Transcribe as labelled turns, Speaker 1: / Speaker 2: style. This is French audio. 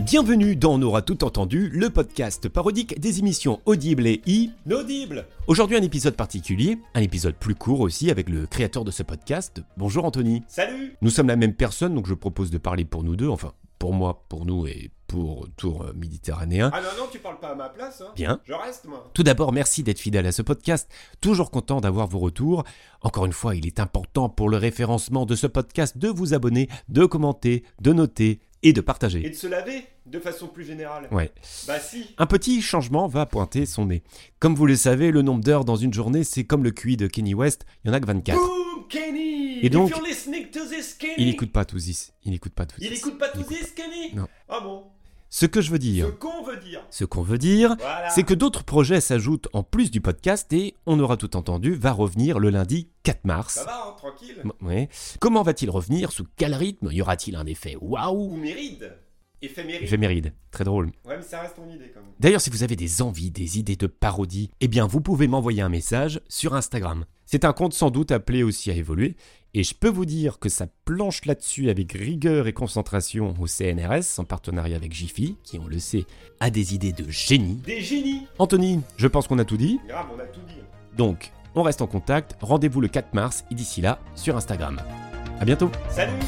Speaker 1: Bienvenue dans On aura tout entendu, le podcast parodique des émissions Audible et Inaudible. Aujourd'hui un épisode particulier, un épisode plus court aussi avec le créateur de ce podcast. Bonjour Anthony.
Speaker 2: Salut
Speaker 1: Nous sommes la même personne donc je propose de parler pour nous deux, enfin pour moi, pour nous et pour Tour euh, Méditerranéen.
Speaker 2: Ah non, non, tu parles pas à ma place, hein.
Speaker 1: Bien.
Speaker 2: Je reste, moi.
Speaker 1: Tout d'abord, merci d'être fidèle à ce podcast. Toujours content d'avoir vos retours. Encore une fois, il est important pour le référencement de ce podcast de vous abonner, de commenter, de noter et de
Speaker 2: Et
Speaker 1: partager.
Speaker 2: de se laver, de façon plus générale.
Speaker 1: Ouais.
Speaker 2: Bah si
Speaker 1: Un petit changement va pointer son nez. Comme vous le savez, le nombre d'heures dans une journée, c'est comme le QI de Kenny West, il y en a que 24.
Speaker 2: Boom, Kenny
Speaker 1: Et donc,
Speaker 2: If you're listening to this, Kenny
Speaker 1: Il écoute pas tout this. Il écoute pas tout
Speaker 2: Il
Speaker 1: this.
Speaker 2: écoute pas
Speaker 1: Il
Speaker 2: tout this, Kenny
Speaker 1: Non.
Speaker 2: Ah bon
Speaker 1: Ce que je veux
Speaker 2: Ce
Speaker 1: dire,
Speaker 2: qu'on veut dire.
Speaker 1: ce qu'on veut dire,
Speaker 2: Voilà.
Speaker 1: c'est que d'autres projets s'ajoutent en plus du podcast et on aura tout entendu, va revenir le lundi 4 mars.
Speaker 2: Ça va, hein, tranquille
Speaker 1: M- ouais. Comment va-t-il revenir Sous quel rythme Y aura-t-il un effet
Speaker 2: Ou
Speaker 1: waouh
Speaker 2: méride. Effet méride.
Speaker 1: Éphéméride, très drôle.
Speaker 2: Ouais, mais ça reste ton idée, quand même.
Speaker 1: D'ailleurs, si vous avez des envies, des idées de parodies, eh bien, vous pouvez m'envoyer un message sur Instagram. C'est un compte sans doute appelé aussi à évoluer, et je peux vous dire que ça planche là-dessus avec rigueur et concentration au CNRS en partenariat avec Jiffy, qui, on le sait, a des idées de génie.
Speaker 2: Des génies
Speaker 1: Anthony, je pense qu'on a tout dit,
Speaker 2: Grave, on a tout dit.
Speaker 1: donc on reste en contact, rendez-vous le 4 mars, et d'ici là, sur Instagram. À bientôt
Speaker 2: Salut